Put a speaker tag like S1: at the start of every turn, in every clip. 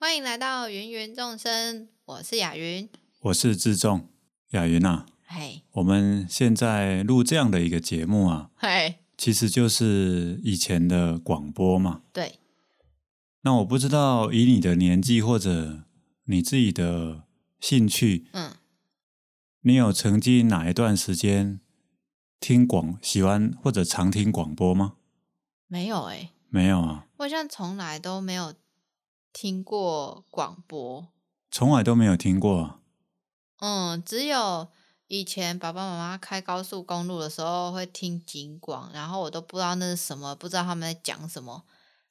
S1: 欢迎来到芸芸众生，我是雅云。
S2: 我是志仲雅云啊。
S1: 嘿，
S2: 我们现在录这样的一个节目啊，
S1: 嘿，
S2: 其实就是以前的广播嘛。
S1: 对，
S2: 那我不知道以你的年纪或者你自己的兴趣，
S1: 嗯，
S2: 你有曾经哪一段时间听广喜欢或者常听广播吗？
S1: 没有哎、
S2: 没有啊，
S1: 我好像从来都没有听过广播，
S2: 从来都没有听过、啊。
S1: 嗯，只有以前爸爸妈妈开高速公路的时候会听警广，然后我都不知道那是什么，不知道他们在讲什么，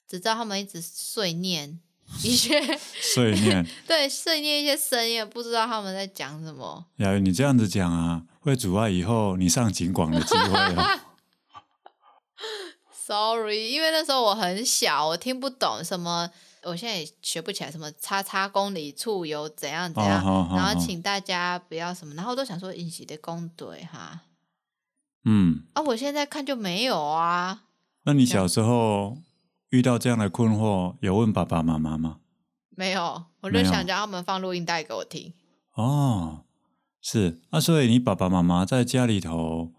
S1: 只知道他们一直碎念一些，
S2: 碎念，
S1: 对，碎念一些声音，不知道他们在讲什么。
S2: 雅云，你这样子讲啊，会阻碍以后你上警广的机会哦。
S1: Sorry，因为那时候我很小，我听不懂什么，我现在也学不起来什么“叉叉公里处”有怎样怎
S2: 哦好
S1: 样，
S2: 好好，
S1: 然后
S2: 好
S1: 请大家不要什么，然后我都想说引起的公对哈，
S2: 嗯。
S1: 啊，我现在看就没有啊，
S2: 那你小时候遇到这样的困惑，有问爸爸妈妈吗？
S1: 没有，我
S2: 没
S1: 就
S2: 有
S1: 想叫他们放录音带给我听，
S2: 哦，是啊，所以你爸爸妈妈在家里头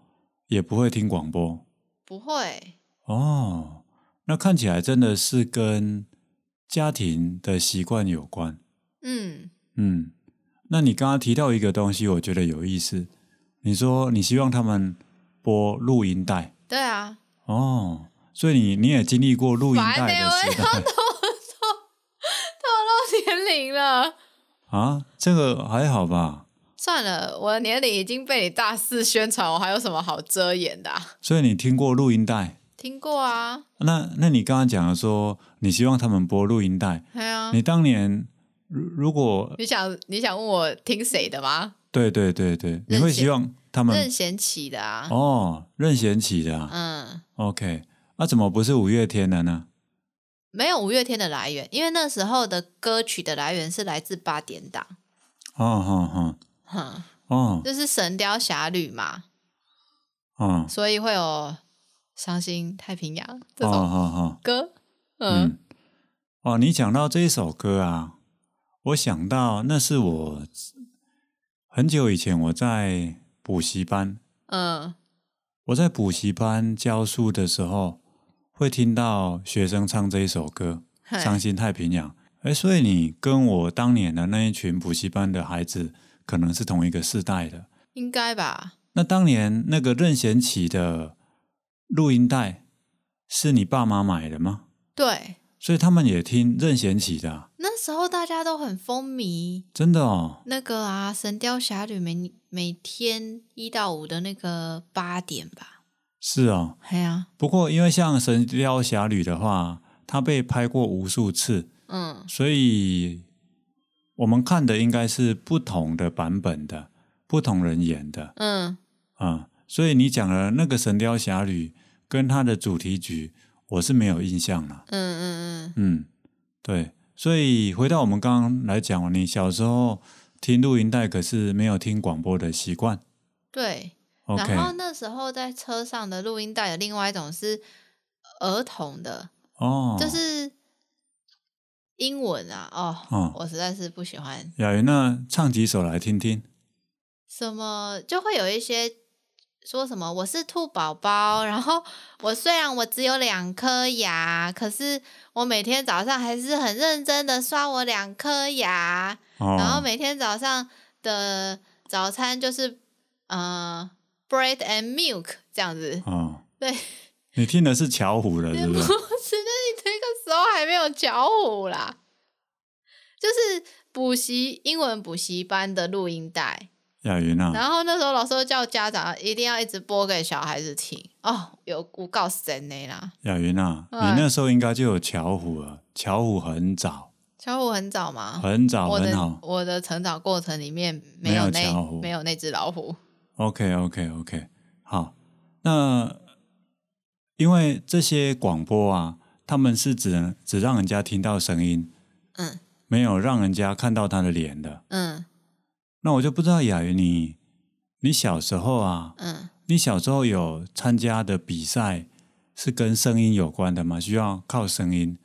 S2: 也不会听广播
S1: 不会，
S2: 哦。那看起来真的是跟家庭的习惯有关。
S1: 嗯
S2: 嗯，那你刚刚提到一个东西，我觉得有意思。你说你希望他们播录音带
S1: 对啊，
S2: 哦，所以你你也经历过录音
S1: 烦
S2: 带
S1: 呢、欸，
S2: 的
S1: 我
S2: 时
S1: 要
S2: 代
S1: 透露年龄了，
S2: 啊？这个还好吧？
S1: 算了，我的年龄已经被你大肆宣传，我还有什么好遮掩的、啊？
S2: 所以你听过录音带？
S1: 听过啊，
S2: 那那你刚刚讲的说，你希望他们播录音带。
S1: 对啊。
S2: 你当年如如果
S1: 你想你想问我听谁的吗？
S2: 对对对对，你
S1: 任
S2: 会
S1: 贤
S2: 希望他
S1: 任
S2: 们
S1: 贤齐的啊，
S2: 哦任贤齐的、啊
S1: 嗯，
S2: OK，那、怎么不是五月天的呢？
S1: 没有五月天的来源，因为那时候的歌曲的来源是来自八点档，
S2: 哦哦
S1: 哼，
S2: 哦哦
S1: 就是《神雕侠侣》嘛，
S2: 哦
S1: 所以会有《伤心太平洋》这
S2: 哦
S1: 种
S2: 哦
S1: 歌，
S2: 哦，
S1: 嗯，
S2: 嗯，哦，你讲到这一首歌啊，我想到那是我很久以前我在补习班
S1: 嗯
S2: 我在补习班教书的时候，会听到学生唱这一首歌
S1: 嘿
S2: 《伤心太平洋》。哎，所以你跟我当年的那一群补习班的孩子，可能是同一个世代的。
S1: 应该吧？
S2: 那当年那个任贤齐的录音带，是你爸妈买的吗？
S1: 对，
S2: 所以他们也听任贤齐的啊、
S1: 那时候大家都很风靡
S2: 真的哦。
S1: 那个啊，《神雕侠侣每》每天一到五的那个八点吧，
S2: 是哦，
S1: 哎呀、
S2: 不过因为像《神雕侠侣》的话，它被拍过无数次，
S1: 嗯，
S2: 所以我们看的应该是不同的版本的，不同人演的
S1: 嗯
S2: 啊、所以你讲的那个《神雕侠侣》跟它的主题曲，我是没有印象了
S1: 嗯。嗯嗯，
S2: 嗯，对。所以回到我们刚刚来讲，你小时候听录音带，可是没有听广播的习惯。
S1: 对。
S2: OK，
S1: 然后那时候在车上的录音带的另外一种是儿童的，
S2: 哦，
S1: 就是英文啊，哦，
S2: 哦
S1: 我实在是不喜欢
S2: 雅云，那唱几首来听听。
S1: 什么，就会有一些说什么我是兔宝宝，然后我虽然我只有两颗牙，可是我每天早上还是很认真的刷我两颗牙，
S2: 哦，
S1: 然后每天早上的早餐就是呃 bread and milk 这样子，
S2: 哦，
S1: 对。
S2: 你听的是巧虎的，是 不
S1: 不
S2: 是？
S1: 是，那你那个时候还没有巧虎啦，就是补习英文补习班的录音带，
S2: 雅云啊，
S1: 然后那时候老师都叫家长一定要一直播给小孩子听哦，有我告神的啦，
S2: 雅云啊，
S1: 哎
S2: 你那时候应该就有巧虎了。巧虎很早，
S1: 巧虎很早吗？
S2: 很早，
S1: 哦我
S2: 很
S1: 的
S2: 好。
S1: 我的成长过程里面没
S2: 没有
S1: 那
S2: 巧虎
S1: 没有那只老虎，
S2: OK，OK，OK，、好。那因为这些广播啊，他们是只能只让人家听到声音，
S1: 嗯
S2: 没有让人家看到他的脸的。
S1: 嗯
S2: 那我就不知道雅云你，你小时候啊，
S1: 嗯，
S2: 你小时候有参加的比赛是跟声音有关的吗？需要靠声音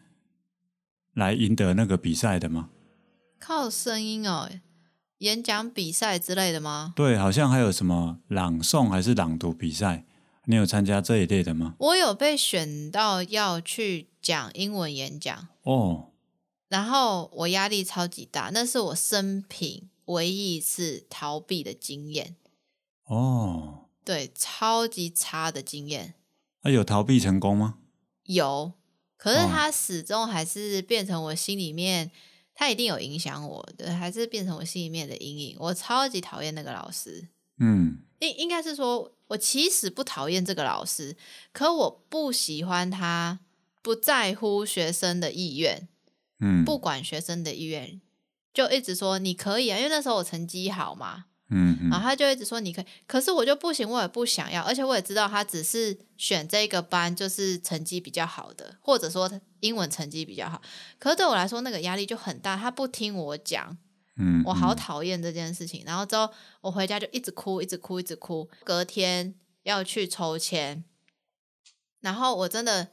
S2: 来赢得那个比赛的吗？
S1: 靠声音哦，演讲比赛之类的吗？
S2: 对，好像还有什么朗诵还是朗读比赛，你有参加这一类的吗？
S1: 我有被选到要去讲英文演讲，
S2: 哦，
S1: 然后我压力超级大，那是我生平唯一一次逃避的经验，
S2: 哦，
S1: 对，超级差的经验。
S2: 那、有逃避成功吗？
S1: 有，可是
S2: 哦
S1: 它始终还是变成我心里面，它一定有影响我的，还是变成我心里面的阴影。我超级讨厌那个老师，
S2: 嗯，
S1: 应应该是说，我其实不讨厌这个老师，可我不喜欢他不在乎学生的意愿，
S2: 嗯，
S1: 不，管学生的意愿，就一直说你可以啊，因为那时候我成绩好嘛，
S2: 嗯嗯
S1: 然后他就一直说你可以，可是我就不行，我也不想要，而且我也知道他只是选这个班就是成绩比较好的，或者说他英文成绩比较好。可是对我来说，那个压力就很大，他不听我讲，
S2: 嗯，
S1: 我好
S2: 嗯，
S1: 讨厌这件事情。然后之后我回家就一直哭，一直哭，一直哭。隔天要去抽签，然后我真的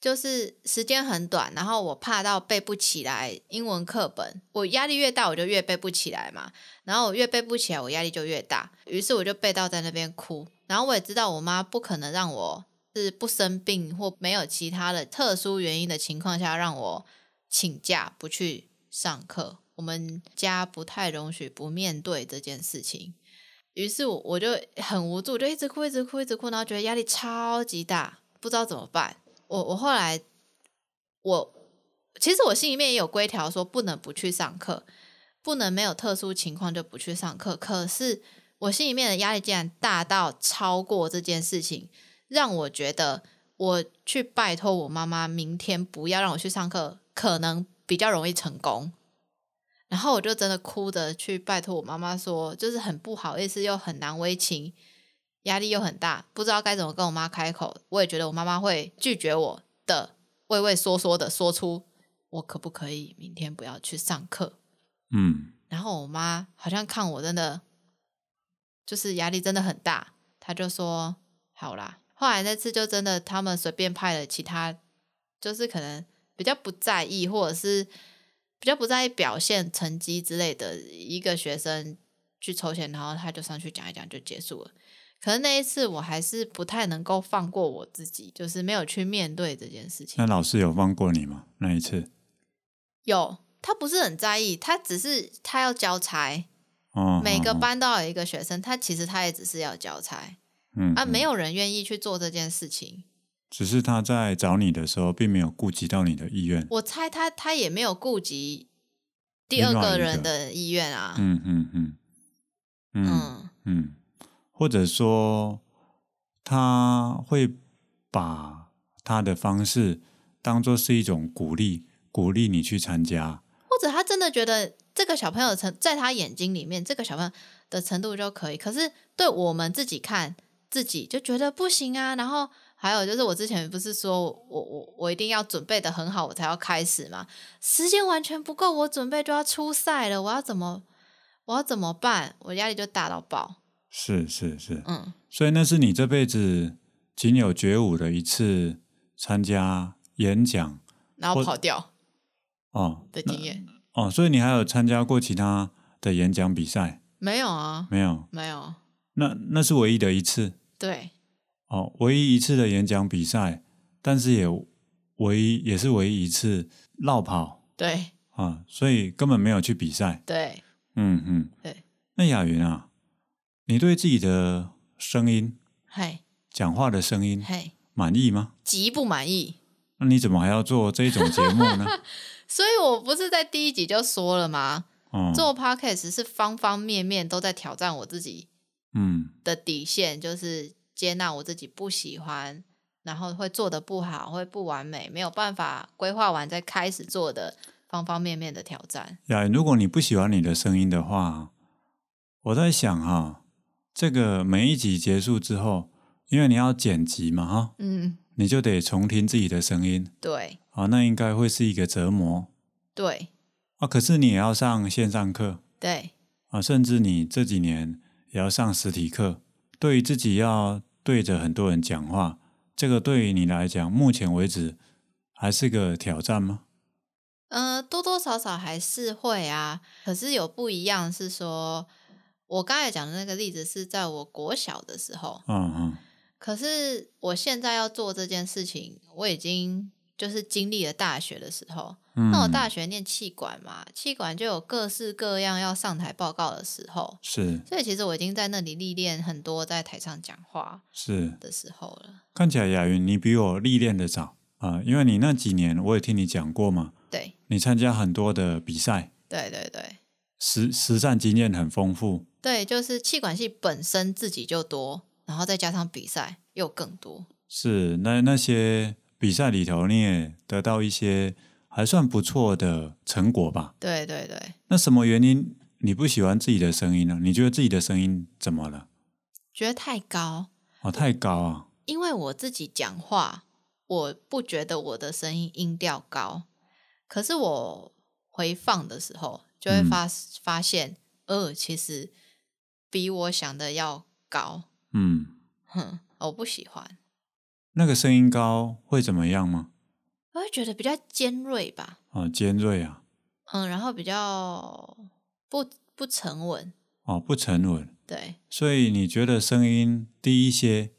S1: 就是时间很短，然后我怕到背不起来英文课本。我压力越大，我就越背不起来嘛。然后我越背不起来，我压力就越大。于是我就背到在那边哭。然后我也知道我妈不可能让我是不生病或没有其他的特殊原因的情况下让我请假不去上课。我们家不太容许不面对这件事情。于是我我就很无助，就一直哭，一直哭，一直哭，然后觉得压力超级大，不知道怎么办。我我后来我其实我心里面也有规条说不能不去上课，不能没有特殊情况就不去上课。可是我心里面的压力竟然大到超过这件事情，让我觉得我去拜托我妈妈明天不要让我去上课，可能比较容易成功。然后我就真的哭着去拜托我妈妈说，就是很不好意思，又很难为情，压力又很大，不知道该怎么跟我妈开口。我也觉得我妈妈会拒绝我的，畏畏缩缩的说出我可不可以明天不要去上课。
S2: 嗯
S1: 然后我妈好像看我真的就是压力真的很大，她就说好啦。后来那次就真的他们随便派了其他，就是可能比较不在意或者是比较不在意表现成绩之类的一个学生去抽签，然后他就上去讲一讲就结束了。可是那一次我还是不太能够放过我自己，就是没有去面对这件事情。
S2: 那老师有放过你吗？那一次？
S1: 有，他不是很在意，他只是他要交差，
S2: 哦，
S1: 每个
S2: 哦，
S1: 班都要有一个学生，他其实他也只是要交差
S2: 哦嗯
S1: 啊，没
S2: 有，
S1: 有人愿意去做这件事情。
S2: 只是他在找你的时候，并没有顾及到你的意愿。
S1: 我猜他他也没有顾及第
S2: 另
S1: 二
S2: 外
S1: 个
S2: 一
S1: 人
S2: 个
S1: 的意愿啊，
S2: 嗯嗯嗯嗯
S1: 嗯
S2: 嗯，或者说他会把他的方式当做是一种鼓励，鼓励你去参加。
S1: 或者他真的觉得这个小朋友程在他眼睛里面，这个小朋友的程度就可以。可是对我们自己看自己就觉得不行啊。然后还有就是我之前不是说我我我一定要准备的很好，我才要开始嘛，时间完全不够，我准备就要出赛了，我要怎么我要怎么办？我压力就大到爆。
S2: 是是是，
S1: 嗯，
S2: 所以那是你这辈子仅有觉悟的一次参加演讲
S1: 然后
S2: 我
S1: 跑掉
S2: 哦
S1: 的经验
S2: 哦，所以你还有参加过其他的演讲比赛
S1: 没有啊，
S2: 没有？
S1: 没有。
S2: 那那是唯一的一次
S1: 对，
S2: 哦，唯一一次的演讲比赛，但是也唯一也是唯一一次绕跑
S1: 对，
S2: 啊，所以根本没有去比赛。
S1: 对，
S2: 嗯嗯，
S1: 对。
S2: 那雅云啊，你对自己的声音、
S1: 嘿，
S2: 讲话的声音
S1: 嘿，
S2: 满意吗？
S1: 极不满意。
S2: 那你怎么还要做这一种节目 呢？
S1: 所以我不是在第一集就说了吗？
S2: 哦，
S1: 做 podcast 是方方面面都在挑战我自己
S2: 嗯
S1: 的底线，就是接纳我自己不喜欢，然后会做的不好，会不完美，没有办法规划完再开始做的方方面面的挑战。
S2: 雅云，如果你不喜欢你的声音的话，我在想哈、这个每一集结束之后，因为你要剪辑嘛哈，
S1: 嗯，
S2: 你就得重听自己的声音
S1: 对
S2: 啊，那应该会是一个折磨
S1: 对
S2: 啊。可是你也要上线上课
S1: 对，
S2: 啊，甚至你这几年也要上实体课，对于自己要对着很多人讲话，这个对于你来讲，目前为止还是个挑战吗？
S1: 呃，多多少少还是会啊，可是有不一样是说，我刚才讲的那个例子是在我国小的时候，
S2: 嗯嗯
S1: 可是我现在要做这件事情，我已经就是经历了大学的时候。
S2: 嗯，
S1: 那我大学念气管嘛，气管就有各式各样要上台报告的时候，
S2: 是
S1: 所以其实我已经在那里历练很多在台上讲话
S2: 是，
S1: 的时候了。
S2: 看起来雅云你比我历练的早啊、因为你那几年我也听你讲过嘛，
S1: 对，
S2: 你参加很多的比赛，
S1: 对对对
S2: 实实战经验很丰富，
S1: 对，就是气管系本身自己就多，然后再加上比赛又更多。
S2: 是那那些比赛里头你也得到一些还算不错的成果吧？
S1: 对对对，
S2: 那什么原因你不喜欢自己的声音呢？你觉得自己的声音怎么了？
S1: 觉得太高，
S2: 哦，太高啊！
S1: 因为我自己讲话，我不觉得我的声音音调高，可是我回放的时候就会发、发现，呃，其实比我想的要高，
S2: 嗯，
S1: 哼，我不喜欢，
S2: 那个声音高会怎么样吗？
S1: 我会觉得比较尖锐吧，
S2: 哦，尖锐啊，
S1: 嗯，然后比较不不沉稳，
S2: 哦，不沉稳。
S1: 对，
S2: 所以你觉得声音低一些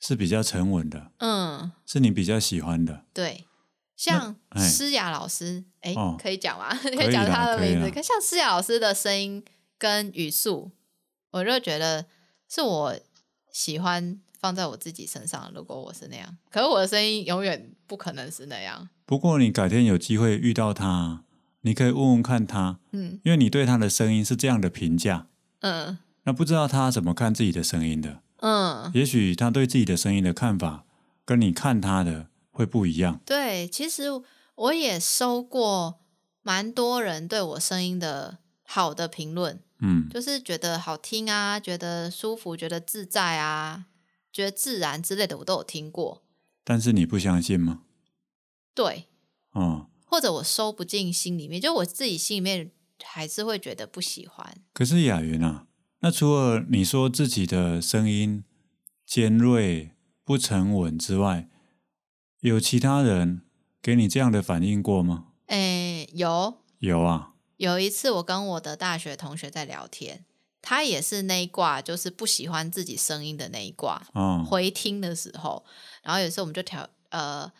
S2: 是比较沉稳的，
S1: 嗯，
S2: 是你比较喜欢的。
S1: 对。像
S2: 哎
S1: 诗雅老师，哎、
S2: 哦
S1: 可以讲吗？ 可
S2: 可以
S1: 以讲
S2: 啦
S1: 她的
S2: 可以
S1: 名字。
S2: 啦
S1: 可像诗雅老师的声音跟语速，我就觉得是我喜欢放在我自己身上。如果我是那样，可是我的声音永远不可能是那样。
S2: 不过你改天有机会遇到他，你可以问问看他，
S1: 嗯
S2: 因为你对他的声音是这样的评价，
S1: 嗯
S2: 那不知道他怎么看自己的声音的。
S1: 嗯，
S2: 也许他对自己的声音的看法跟你看他的会不一样。
S1: 对，其实我也收过蛮多人对我声音的好的评论，
S2: 嗯，
S1: 就是觉得好听啊，觉得舒服，觉得自在啊，觉得自然之类的，我都有听过。
S2: 但是你不相信吗？
S1: 对，
S2: 哦、
S1: 或者我收不进心里面，就我自己心里面还是会觉得不喜欢。
S2: 可是雅云啊，那除了你说自己的声音尖锐、不沉稳之外，有其他人给你这样的反应过吗？
S1: 诶，有
S2: 有啊，
S1: 有一次我跟我的大学同学在聊天，他也是那一挂，就是不喜欢自己声音的那一挂。
S2: 哦，
S1: 回听的时候，然后有时候我们就调呃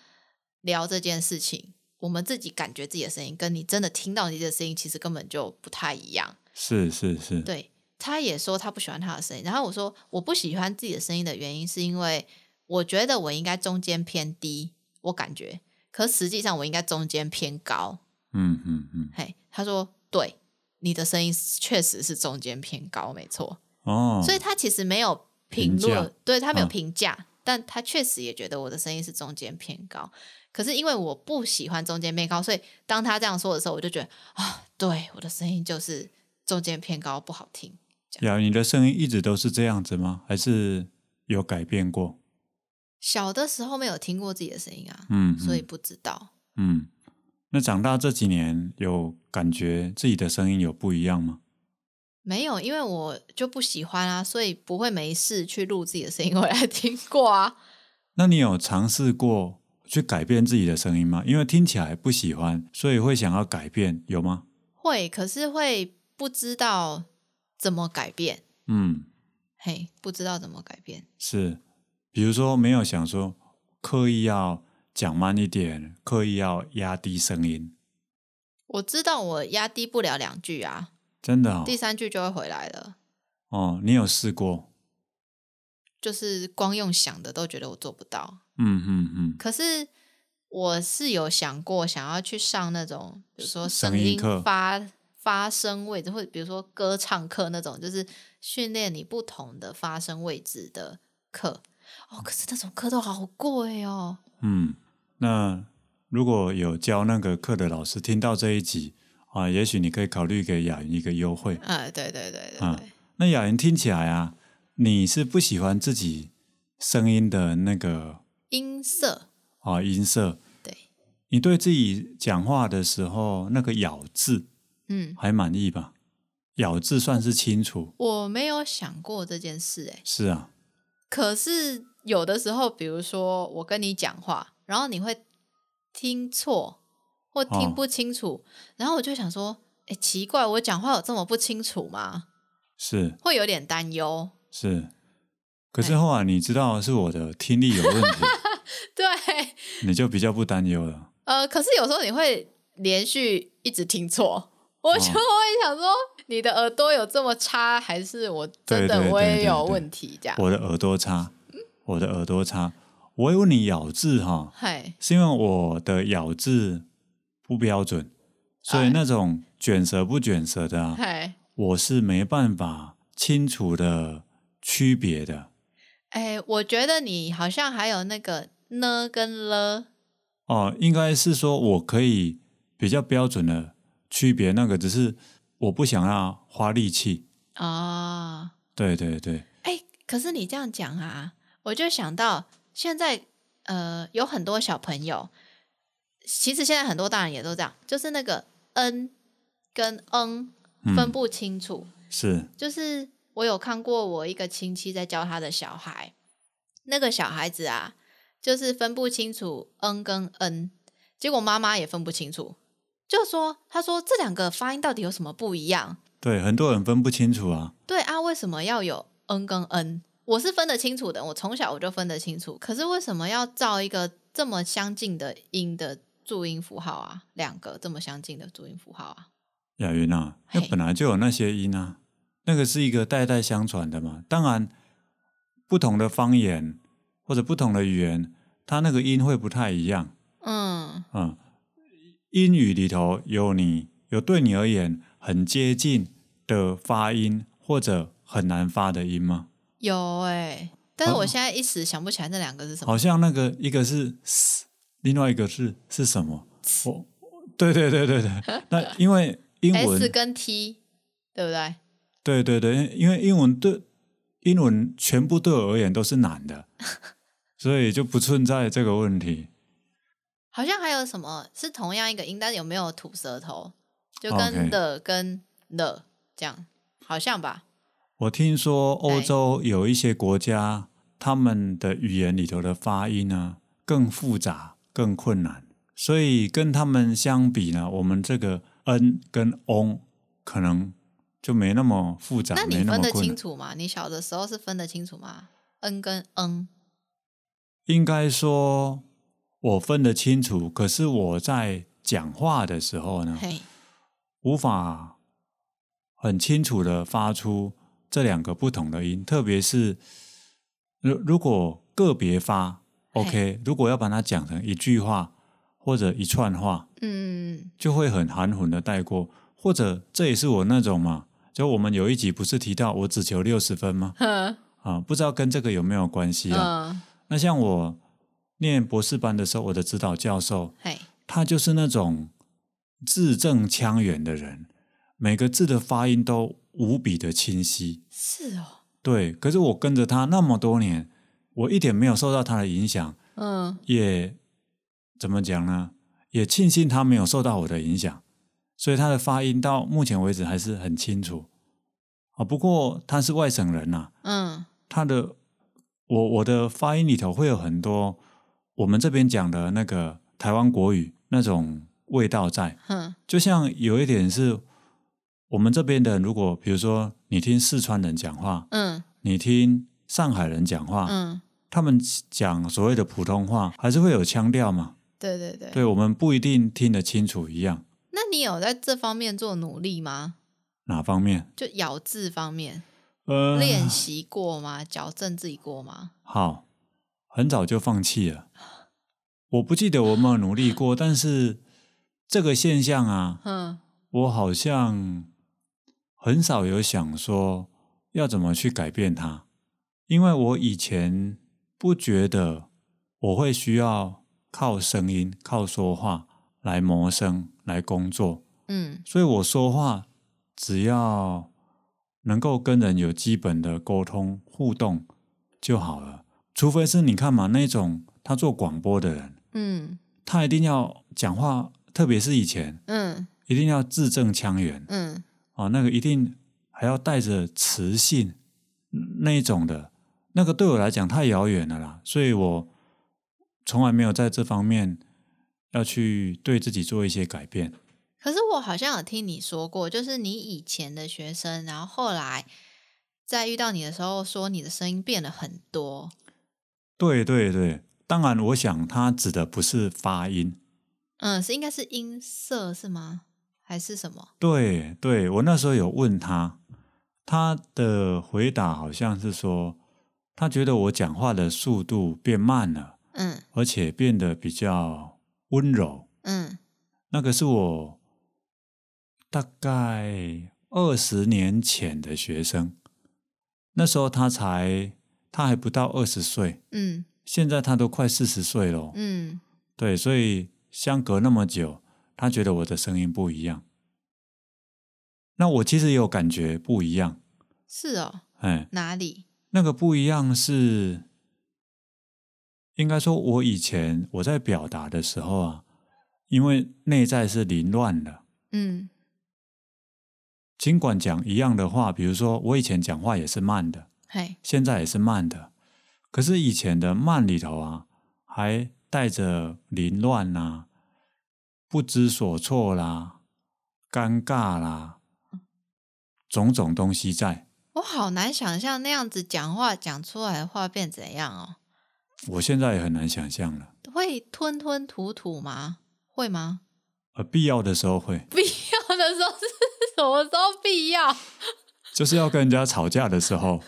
S1: 聊这件事情，我们自己感觉自己的声音跟你真的听到你的声音，其实根本就不太一样。
S2: 是是是，
S1: 对，他也说他不喜欢他的声音。然后我说我不喜欢自己的声音的原因，是因为我觉得我应该中间偏低，我感觉，可实际上我应该中间偏高。
S2: 嗯嗯嗯，
S1: 嘿，他说对，你的声音确实是中间偏高，没错。
S2: 哦，
S1: 所以他其实没有评
S2: 评价
S1: 论，对他没有
S2: 嗯
S1: 评价，但他确实也觉得我的声音是中间偏高。可是因为我不喜欢中间偏高，所以当他这样说的时候，我就觉得啊，对，我的声音就是中间偏高，不好听。
S2: 雅云，你的声音一直都是这样子吗？还是有改变过？
S1: 小的时候没有听过自己的声音啊，
S2: 嗯，嗯
S1: 所以不知道。
S2: 嗯，那长大这几年有感觉自己的声音有不一样吗？
S1: 没有，因为我就不喜欢啊，所以不会没事去录自己的声音回来听过啊。
S2: 那你有尝试过去改变自己的声音吗？因为听起来不喜欢，所以会想要改变，有吗？
S1: 会，可是会不知道怎么改变，
S2: 嗯，
S1: 嘿，不知道怎么改变。
S2: 是，比如说没有想说刻意要讲慢一点，刻意要压低声音，
S1: 我知道我压低不了两句啊，
S2: 真的哦
S1: 第，三句就会回来了，
S2: 哦你有试过？
S1: 就是光用想的都觉得我做不到。
S2: 嗯嗯嗯，
S1: 可是我是有想过想要去上那种，比如说
S2: 声
S1: 声
S2: 音
S1: 音
S2: 课
S1: 发发声位置，或者比如说歌唱课那种，就是训练你不同的发声位置的课。哦，可是那种课都好贵哦。
S2: 嗯，那如果有教那个课的老师听到这一集啊，也许你可以考虑给雅云一个优惠。
S1: 啊，对对对对对，
S2: 啊那雅云听起来啊，你是不喜欢自己声音的那个
S1: 音色
S2: 啊音色，
S1: 对，
S2: 你对自己讲话的时候那个咬字
S1: 嗯，
S2: 还满意吧？咬字算是清楚，
S1: 我没有想过这件事哎、
S2: 是啊，
S1: 可是有的时候，比如说我跟你讲话，然后你会听错，或听
S2: 哦
S1: 不清楚，然后我就想说，哎，奇怪，我讲话有这么不清楚吗？
S2: 是
S1: 会有点担忧。
S2: 是。可是后来你知道是我的听力有问 题，
S1: 对，
S2: 你就比较不担忧 了。
S1: 呃，可是有时候你会连续一直听错，我就
S2: 哦
S1: 会想说，你的耳朵有这么差，还是我真
S2: 对对
S1: 的
S2: 对
S1: 我也
S2: 对
S1: 有
S2: 对
S1: 问题？这样，
S2: 我的耳朵差，我的耳朵差。我以为你咬字哈、
S1: 嗨，
S2: 是因为我的咬字不标准，所
S1: 哎
S2: 以那种卷舌不卷舌的、啊，
S1: 嗨，
S2: 我是没办法清楚的区别的。
S1: 哎，我觉得你好像还有那个呢跟了，
S2: 哦，应该是说我可以比较标准的区别那个，只是我不想要花力气。
S1: 啊、
S2: 对对对，
S1: 哎、可是你这样讲啊，我就想到现在呃，有很多小朋友，其实现在很多大人也都这样，就是那个嗯跟嗯分
S2: 嗯，
S1: 不清楚。
S2: 是
S1: 就是我有看过我一个亲戚在教他的小孩，那个小孩子啊，就是分不清楚嗯跟嗯，结果妈妈也分不清楚，就说他说这两个发音到底有什么不一样？
S2: 对，很多人分不清楚啊。
S1: 对啊，为什么要有 n 跟 n？我是分得清楚的，我从小我就分得清楚。可是为什么要造一个这么相近的音的注音符号啊？两个这么相近的注音符号啊？
S2: 雅云啊，
S1: 嘿
S2: 那本来就有那些音啊，那个是一个代代相传的嘛。当然，不同的方言或者不同的语言，它那个音会不太一样
S1: 嗯，
S2: 啊、嗯。英语里头有你有对你而言很接近的发音，或者很难发的音吗？
S1: 有哎、但是
S2: 哦
S1: 我现在一时想不起来那两个是什么。
S2: 好像那个一个是 s，另外一个是是什么？我对对对对对，那因为英文
S1: S 跟 T，对不对？
S2: 对对对，因为英文对英文全部对我而言都是 难的，所以就不存在这个问题。
S1: 好像还有什么是同样一个音，但是有没有吐舌头？就
S2: 哦 OK
S1: 跟的跟了这样，好像吧？
S2: 我听说欧
S1: 哎
S2: 洲有一些国家，他们的语言里头的发音呢更复杂、更困难，所以跟他们相比呢，我们这个 n 跟 on 可能就没那么复杂，
S1: 那
S2: 没
S1: 你
S2: 那
S1: 分
S2: 么
S1: 得
S2: 困
S1: 清
S2: 难。
S1: 楚吗？你小的时候是分得清楚吗？n 跟 n，
S2: 应该说，我分得清楚，可是我在讲话的时候呢，
S1: 嘿，
S2: 无法很清楚的发出这两个不同的音，特别是如如果个别发
S1: 嘿
S2: OK，如果要把它讲成一句话或者一串话，
S1: 嗯，
S2: 就会很含混的带过，或者这也是我那种嘛，就我们有一集不是提到我只求六十分吗？
S1: 哼，
S2: 啊，不知道跟这个有没有关系啊？
S1: 嗯，
S2: 那像我念博士班的时候，我的指导教授
S1: 嘿，
S2: 他就是那种字正腔圆的人，每个字的发音都无比的清晰。
S1: 是哦，
S2: 对，可是我跟着他那么多年，我一点没有受到他的影响，
S1: 嗯，
S2: 也怎么讲呢？也庆幸他没有受到我的影响，所以他的发音到目前为止还是很清楚。啊，不过他是外省人呐、
S1: 嗯，
S2: 他的我我的发音里头会有很多我们这边讲的那个台湾国语那种味道在，
S1: 哼，
S2: 就像有一点是我们这边的人，如果比如说你听四川人讲话，
S1: 嗯，
S2: 你听上海人讲话，
S1: 嗯，
S2: 他们讲所谓的普通话还是会有腔调嘛，
S1: 对对对。
S2: 对我们不一定听得清楚一样
S1: 那你有在这方面做努力吗？
S2: 哪方面。
S1: 就咬字方面
S2: 呃，
S1: 练习过吗？矫正自己过吗？
S2: 好，很早就放弃了。我不记得我有没有努力过，但是这个现象啊，
S1: 哼，
S2: 我好像很少有想说要怎么去改变它，因为我以前不觉得我会需要靠声音、靠说话来谋生、来工作，
S1: 嗯
S2: 所以我说话只要能够跟人有基本的沟通互动就好了。除非是你看嘛，那种他做广播的人，
S1: 嗯
S2: 他一定要讲话，特别是以前
S1: 嗯
S2: 一定要字正腔圆
S1: 嗯
S2: 啊，那个一定还要带着磁性嗯那一种的，那个对我来讲太遥远了啦，所以我从来没有在这方面要去对自己做一些改变。
S1: 可是我好像有听你说过，就是你以前的学生，然后后来在遇到你的时候，说你的声音变了很多。
S2: 对对对，当然，我想他指的不是发音。
S1: 嗯，是应该是音色是吗？还是什么？
S2: 对对，我那时候有问他，他的回答好像是说，他觉得我讲话的速度变慢了，
S1: 嗯
S2: 而且变得比较温柔。
S1: 嗯
S2: 那个是我大概二十年前的学生，那时候他才他还不到二十岁，
S1: 嗯
S2: 现在他都快四十岁了。
S1: 嗯，
S2: 对，所以相隔那么久，他觉得我的声音不一样。那我其实也有感觉不一样，
S1: 是哦，
S2: 哎，
S1: 哪里？
S2: 那个不一样是，应该说我以前我在表达的时候啊，因为内在是凌乱的，
S1: 嗯
S2: 尽管讲一样的话，比如说我以前讲话也是慢的，
S1: 嘿，
S2: 现在也是慢的，可是以前的慢里头啊，还带着凌乱啦、啊不知所措啦、尴尬啦，种种东西在。
S1: 我好难想象那样子讲话讲出来的话变怎样哦，
S2: 我现在也很难想象了。
S1: 会吞吞吐吐吗？会吗？
S2: 呃，必要的时候会，
S1: 必要的时候是什么时候必要？
S2: 就是要跟人家吵架的时候，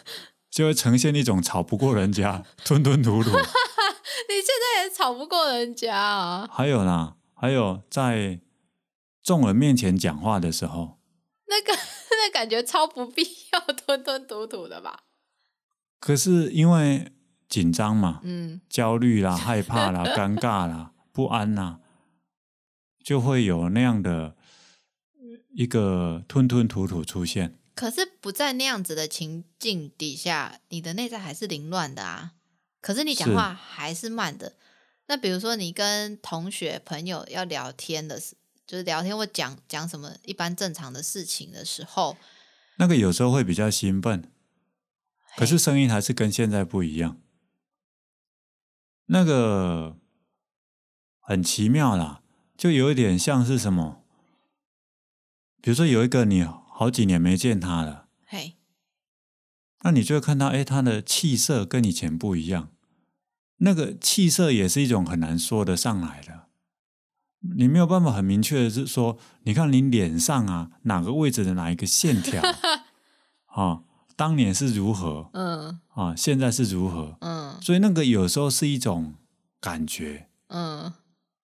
S2: 就会呈现一种吵不过人家、 吞吞吐吐。
S1: 你现在也吵不过人家啊，
S2: 还有啦，还有在众人面前讲话的时候，
S1: 那个 那感觉超不必要，吞吞吐吐的吧？
S2: 可是因为紧张嘛，
S1: 嗯
S2: 焦虑啦、害怕啦、尴尬啦、不安啦，就会有那样的一个吞吞吐吐出现。
S1: 可是不在那样子的情境底下，你的内在还是凌乱的啊。可是你讲
S2: 是
S1: 话还是慢的。那比如说，你跟同学、朋友要聊天的时，就是聊天或讲讲什么一般正常的事情的时候，
S2: 那个有时候会比较兴奋，可是
S1: 嘿
S2: 声音还是跟现在不一样。那个很奇妙啦，就有一点像是什么，比如说有一个你好几年没见他了，
S1: 嘿，
S2: 那你就会看到，哎，他的气色跟以前不一样。那个气色也是一种很难说得上来的，你没有办法很明确的是说，你看你脸上啊哪个位置的哪一个线条啊，当年是如何
S1: 嗯
S2: 啊，现在是如何，
S1: 嗯
S2: 所以那个有时候是一种感觉，
S1: 嗯，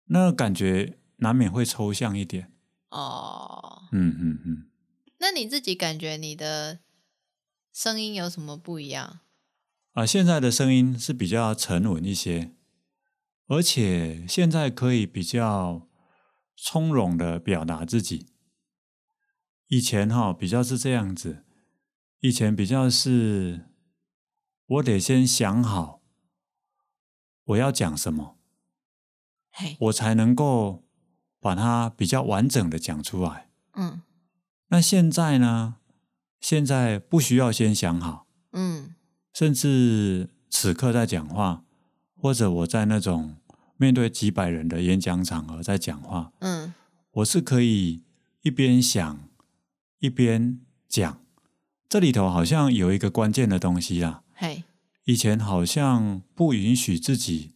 S2: 那个感觉难免会抽象一点。
S1: 哦，
S2: 嗯嗯嗯，
S1: 那你自己感觉你的声音有什么不一样？
S2: 啊，现在的声音是比较沉稳一些，而且现在可以比较从容的表达自己。以前哈、比较是这样子，以前比较是我得先想好我要讲什么，
S1: 嘿，
S2: 我才能够把它比较完整的讲出来。
S1: 嗯
S2: 那现在呢？现在不需要先想好，
S1: 嗯
S2: 甚至此刻在讲话，或者我在那种面对几百人的演讲场合在讲话，
S1: 嗯
S2: 我是可以一边想一边讲。这里头好像有一个关键的东西啦，
S1: 嘿，
S2: 以前好像不允许自己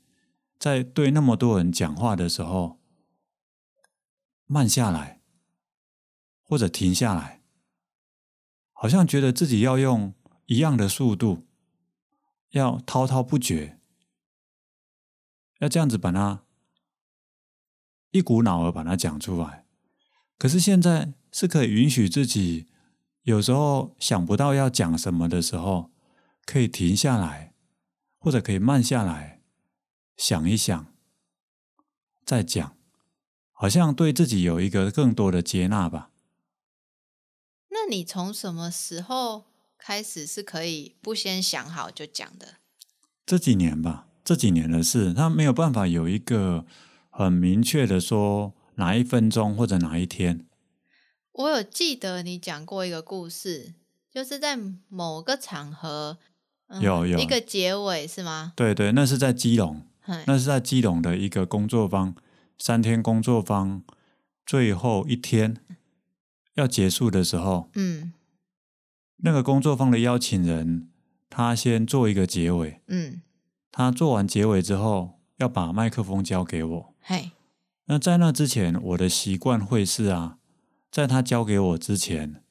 S2: 在对那么多人讲话的时候慢下来，或者停下来，好像觉得自己要用一样的速度，要滔滔不绝，要这样子把它一股脑儿把它讲出来。可是现在是可以允许自己，有时候想不到要讲什么的时候，可以停下来，或者可以慢下来，想一想，再讲，好像对自己有一个更多的接纳吧。
S1: 那你从什么时候开始是可以不先想好就讲的？
S2: 这几年吧，这几年的事，他没有办法有一个很明确的说哪一分钟或者哪一天。
S1: 我有记得你讲过一个故事，就是在某个场合，嗯
S2: 有有
S1: 一个结尾是吗？
S2: 对对，那是在基隆，
S1: 嘿
S2: 那是在基隆的一个工作坊三天工作坊最后一天要结束的时候，
S1: 嗯
S2: 那个工作坊的邀请人，他先做一个结尾。
S1: 嗯，
S2: 他做完结尾之后，要把麦克风交给我。
S1: 嘿，
S2: 那在那之前，我的习惯会是啊，在他交给我之前，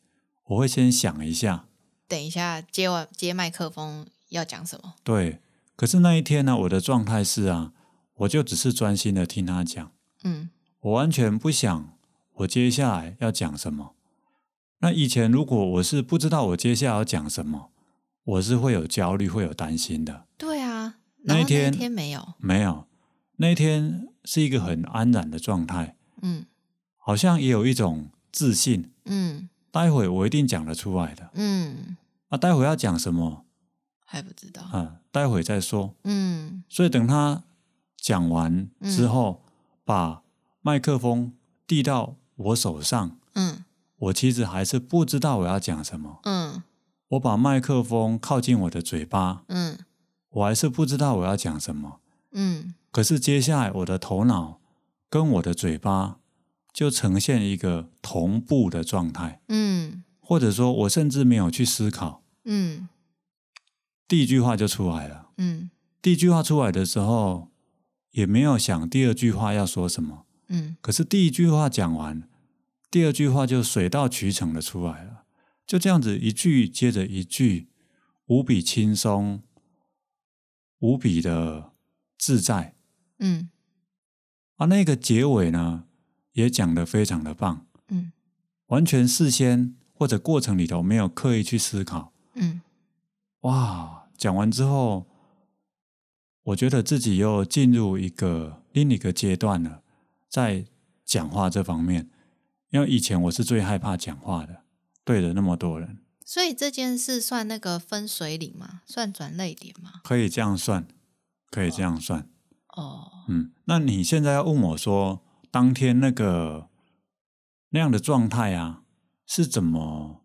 S2: 我会先想一下。
S1: 等一下接完接麦克风要讲什么？
S2: 对，可是那一天呢，我的状态是啊，我就只是专心的听他讲，
S1: 嗯
S2: 我完全不想我接下来要讲什么。那以前如果我是不知道我接下来要讲什么，我是会有焦虑、会有担心的。
S1: 对啊，
S2: 那
S1: 然
S2: 一
S1: 后
S2: 天
S1: 那一天没有，
S2: 没有，那一天是一个很安然的状态，
S1: 嗯
S2: 好像也有一种自信。
S1: 嗯
S2: 待会我一定讲得出来的。
S1: 嗯，
S2: 啊，待会要讲什么
S1: 还不知道，
S2: 啊？待会再说。
S1: 嗯
S2: 所以等他讲完之后，把麦克风递到我手上，
S1: 嗯
S2: 我其实还是不知道我要讲什么。
S1: 嗯
S2: 我把麦克风靠近我的嘴巴，
S1: 嗯
S2: 我还是不知道我要讲什么。
S1: 嗯
S2: 可是接下来，我的头脑跟我的嘴巴就呈现一个同步的状态，
S1: 嗯
S2: 或者说，我甚至没有去思考，
S1: 嗯
S2: 第一句话就出来了。
S1: 嗯
S2: 第一句话出来的时候，也没有想第二句话要说什么。
S1: 嗯
S2: 可是第一句话讲完，第二句话就水到渠成的出来了。就这样子一句接着一句，无比轻松，无比的自在
S1: 嗯
S2: 啊！那个结尾呢，也讲得非常的棒，
S1: 嗯
S2: 完全事先或者过程里头没有刻意去思考。
S1: 嗯
S2: 哇，讲完之后，我觉得自己又进入一个另一个阶段了，在讲话这方面，因为以前我是最害怕讲话的，对着那么多人，
S1: 所以这件事算那个分水岭吗？算转泪点吗？
S2: 可以这样算，可以这样算，
S1: 哦，
S2: 嗯，那你现在要问我说，当天那个那样的状态啊，是怎么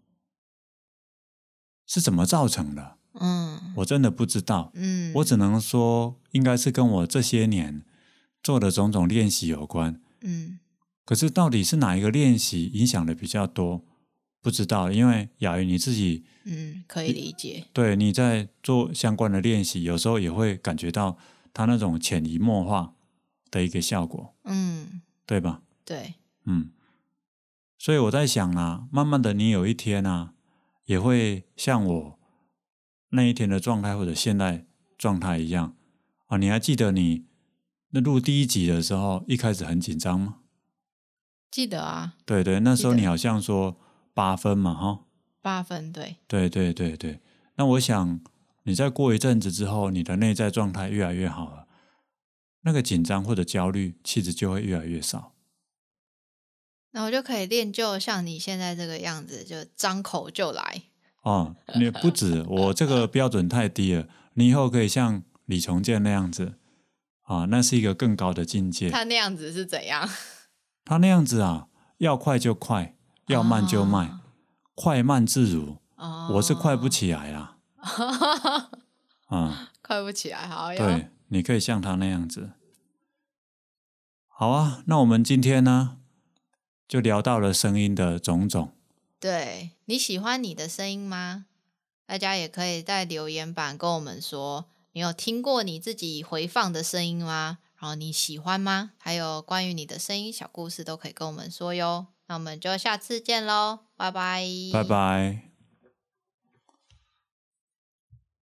S2: 是怎么造成的？
S1: 嗯
S2: 我真的不知道，
S1: 嗯，
S2: 我只能说，应该是跟我这些年做的种种练习有关。
S1: 嗯
S2: 可是到底是哪一个练习影响的比较多，不知道。因为雅云你自己
S1: 嗯可以理解，
S2: 对你在做相关的练习，有时候也会感觉到它那种潜移默化的一个效果，
S1: 嗯
S2: 对吧？
S1: 对，
S2: 嗯。所以我在想啊，慢慢的，你有一天啊，也会像我那一天的状态或者现在状态一样啊。你还记得你那录第一集的时候，一开始很紧张吗？
S1: 记得啊，
S2: 对对，那时候
S1: 记得
S2: 你好像说八分嘛，哈。
S1: 八分对，
S2: 对对对对。那我想，你再过一阵子之后，你的内在状态越来越好了，那个紧张或者焦虑气质就会越来越少。
S1: 那我就可以练就像你现在这个样子，就张口就来。
S2: 哦，你不止我这个标准太低了，你以后可以像李重建那样子啊，那是一个更高的境界。
S1: 他那样子是怎样？
S2: 他那样子啊，要快就快，要慢就慢，快慢自如。
S1: 哦，
S2: 我是快不起来啦。啊，
S1: 快不起来，好呀。
S2: 对，你可以像他那样子。好啊，那我们今天呢，就聊到了声音的种种。
S1: 对，你喜欢你的声音吗？大家也可以在留言板跟我们说，你有听过你自己回放的声音吗？然后你喜欢吗？还有关于你的声音小故事都可以跟我们说哟。那我们就下次见喽，拜拜，
S2: 拜拜。